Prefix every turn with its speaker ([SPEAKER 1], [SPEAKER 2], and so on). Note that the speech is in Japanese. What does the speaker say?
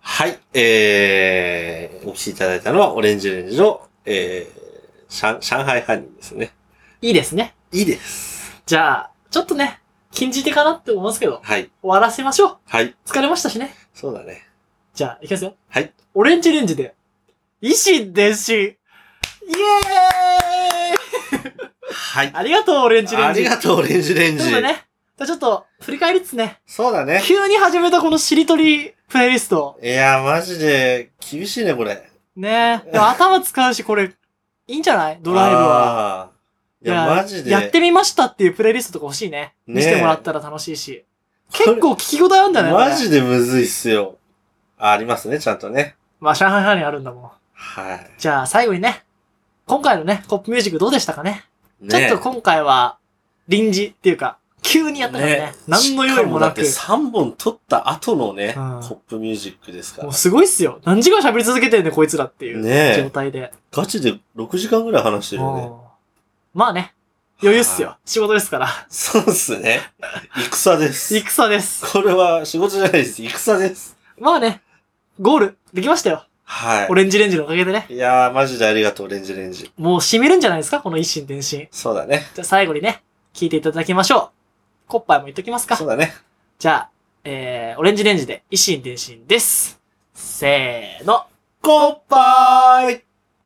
[SPEAKER 1] はい。えー、お聞きいただいたのは、オレンジレンジの、えー、上上海犯人ですね。
[SPEAKER 2] いいですね。
[SPEAKER 1] いいです。
[SPEAKER 2] じゃあ、ちょっとね、禁じ手かなって思うんですけど、
[SPEAKER 1] はい。
[SPEAKER 2] 終わらせましょう。
[SPEAKER 1] はい。
[SPEAKER 2] 疲れましたしね。
[SPEAKER 1] そうだね。
[SPEAKER 2] じゃあ、いきますよ。
[SPEAKER 1] はい。
[SPEAKER 2] オレンジレンジで、維新伝心。イエーイ
[SPEAKER 1] はい。
[SPEAKER 2] ありがとう、オレンジレ
[SPEAKER 1] あ
[SPEAKER 2] ンジ。
[SPEAKER 1] りがとう、オレンジレン
[SPEAKER 2] そ
[SPEAKER 1] ジ
[SPEAKER 2] う。だね。じゃあちょっと、振り返りっすね。
[SPEAKER 1] そうだ ね。
[SPEAKER 2] 急に始めたこのしりとりプレイリスト。
[SPEAKER 1] いやー、マジで、厳しいね、これ。
[SPEAKER 2] ねえ。でも頭使うし、これ、いいんじゃないドライブは。
[SPEAKER 1] は。いや、マジで。
[SPEAKER 2] やってみましたっていうプレイリストとか欲しいね。
[SPEAKER 1] ねえ
[SPEAKER 2] 見せてもらったら楽しいし。
[SPEAKER 1] これ
[SPEAKER 2] 結構聞き応えあるんだね。
[SPEAKER 1] マ
[SPEAKER 2] これ
[SPEAKER 1] ジでむずいっすよ。あ、ありますね、ちゃんとね。
[SPEAKER 2] まあ、上海ハにあるんだもん。
[SPEAKER 1] はい。
[SPEAKER 2] じゃあ、最後にね。今回のね、コップミュージックどうでしたかねちょ
[SPEAKER 1] ね
[SPEAKER 2] っと今回は、臨時っていうか、急にやったからね。何の用意もなく。
[SPEAKER 1] しかもだって3本撮った後のね、
[SPEAKER 2] う
[SPEAKER 1] コ
[SPEAKER 2] ん
[SPEAKER 1] ップミュージックですから
[SPEAKER 2] もう。すごいっすよ。何時間喋り続けてんねんこいつらっていう
[SPEAKER 1] ね
[SPEAKER 2] 状
[SPEAKER 1] え。
[SPEAKER 2] 態で。
[SPEAKER 1] ガチで6時間ぐらい話してるよね。
[SPEAKER 2] もうまあね、余裕っすよ。仕事ですから。
[SPEAKER 1] そうっすね。戦です。
[SPEAKER 2] 戦です。
[SPEAKER 1] これは仕事じゃないです。戦です。
[SPEAKER 2] まあね、ゴール、できましたよ。
[SPEAKER 1] は
[SPEAKER 2] オレンジレンジのおかげでね。
[SPEAKER 1] い。いやー、マジでありがとう、オレンジレンジ。
[SPEAKER 2] もう染みるんじゃないですかこの一心伝心。
[SPEAKER 1] そうだね。
[SPEAKER 2] じゃあ最後にね、聞いていただきましょう。コッパイも言っときますか
[SPEAKER 1] そう。だね。
[SPEAKER 2] じゃあ、えー、オレンジレンジで一心伝心です。せーの。
[SPEAKER 1] コッパーイ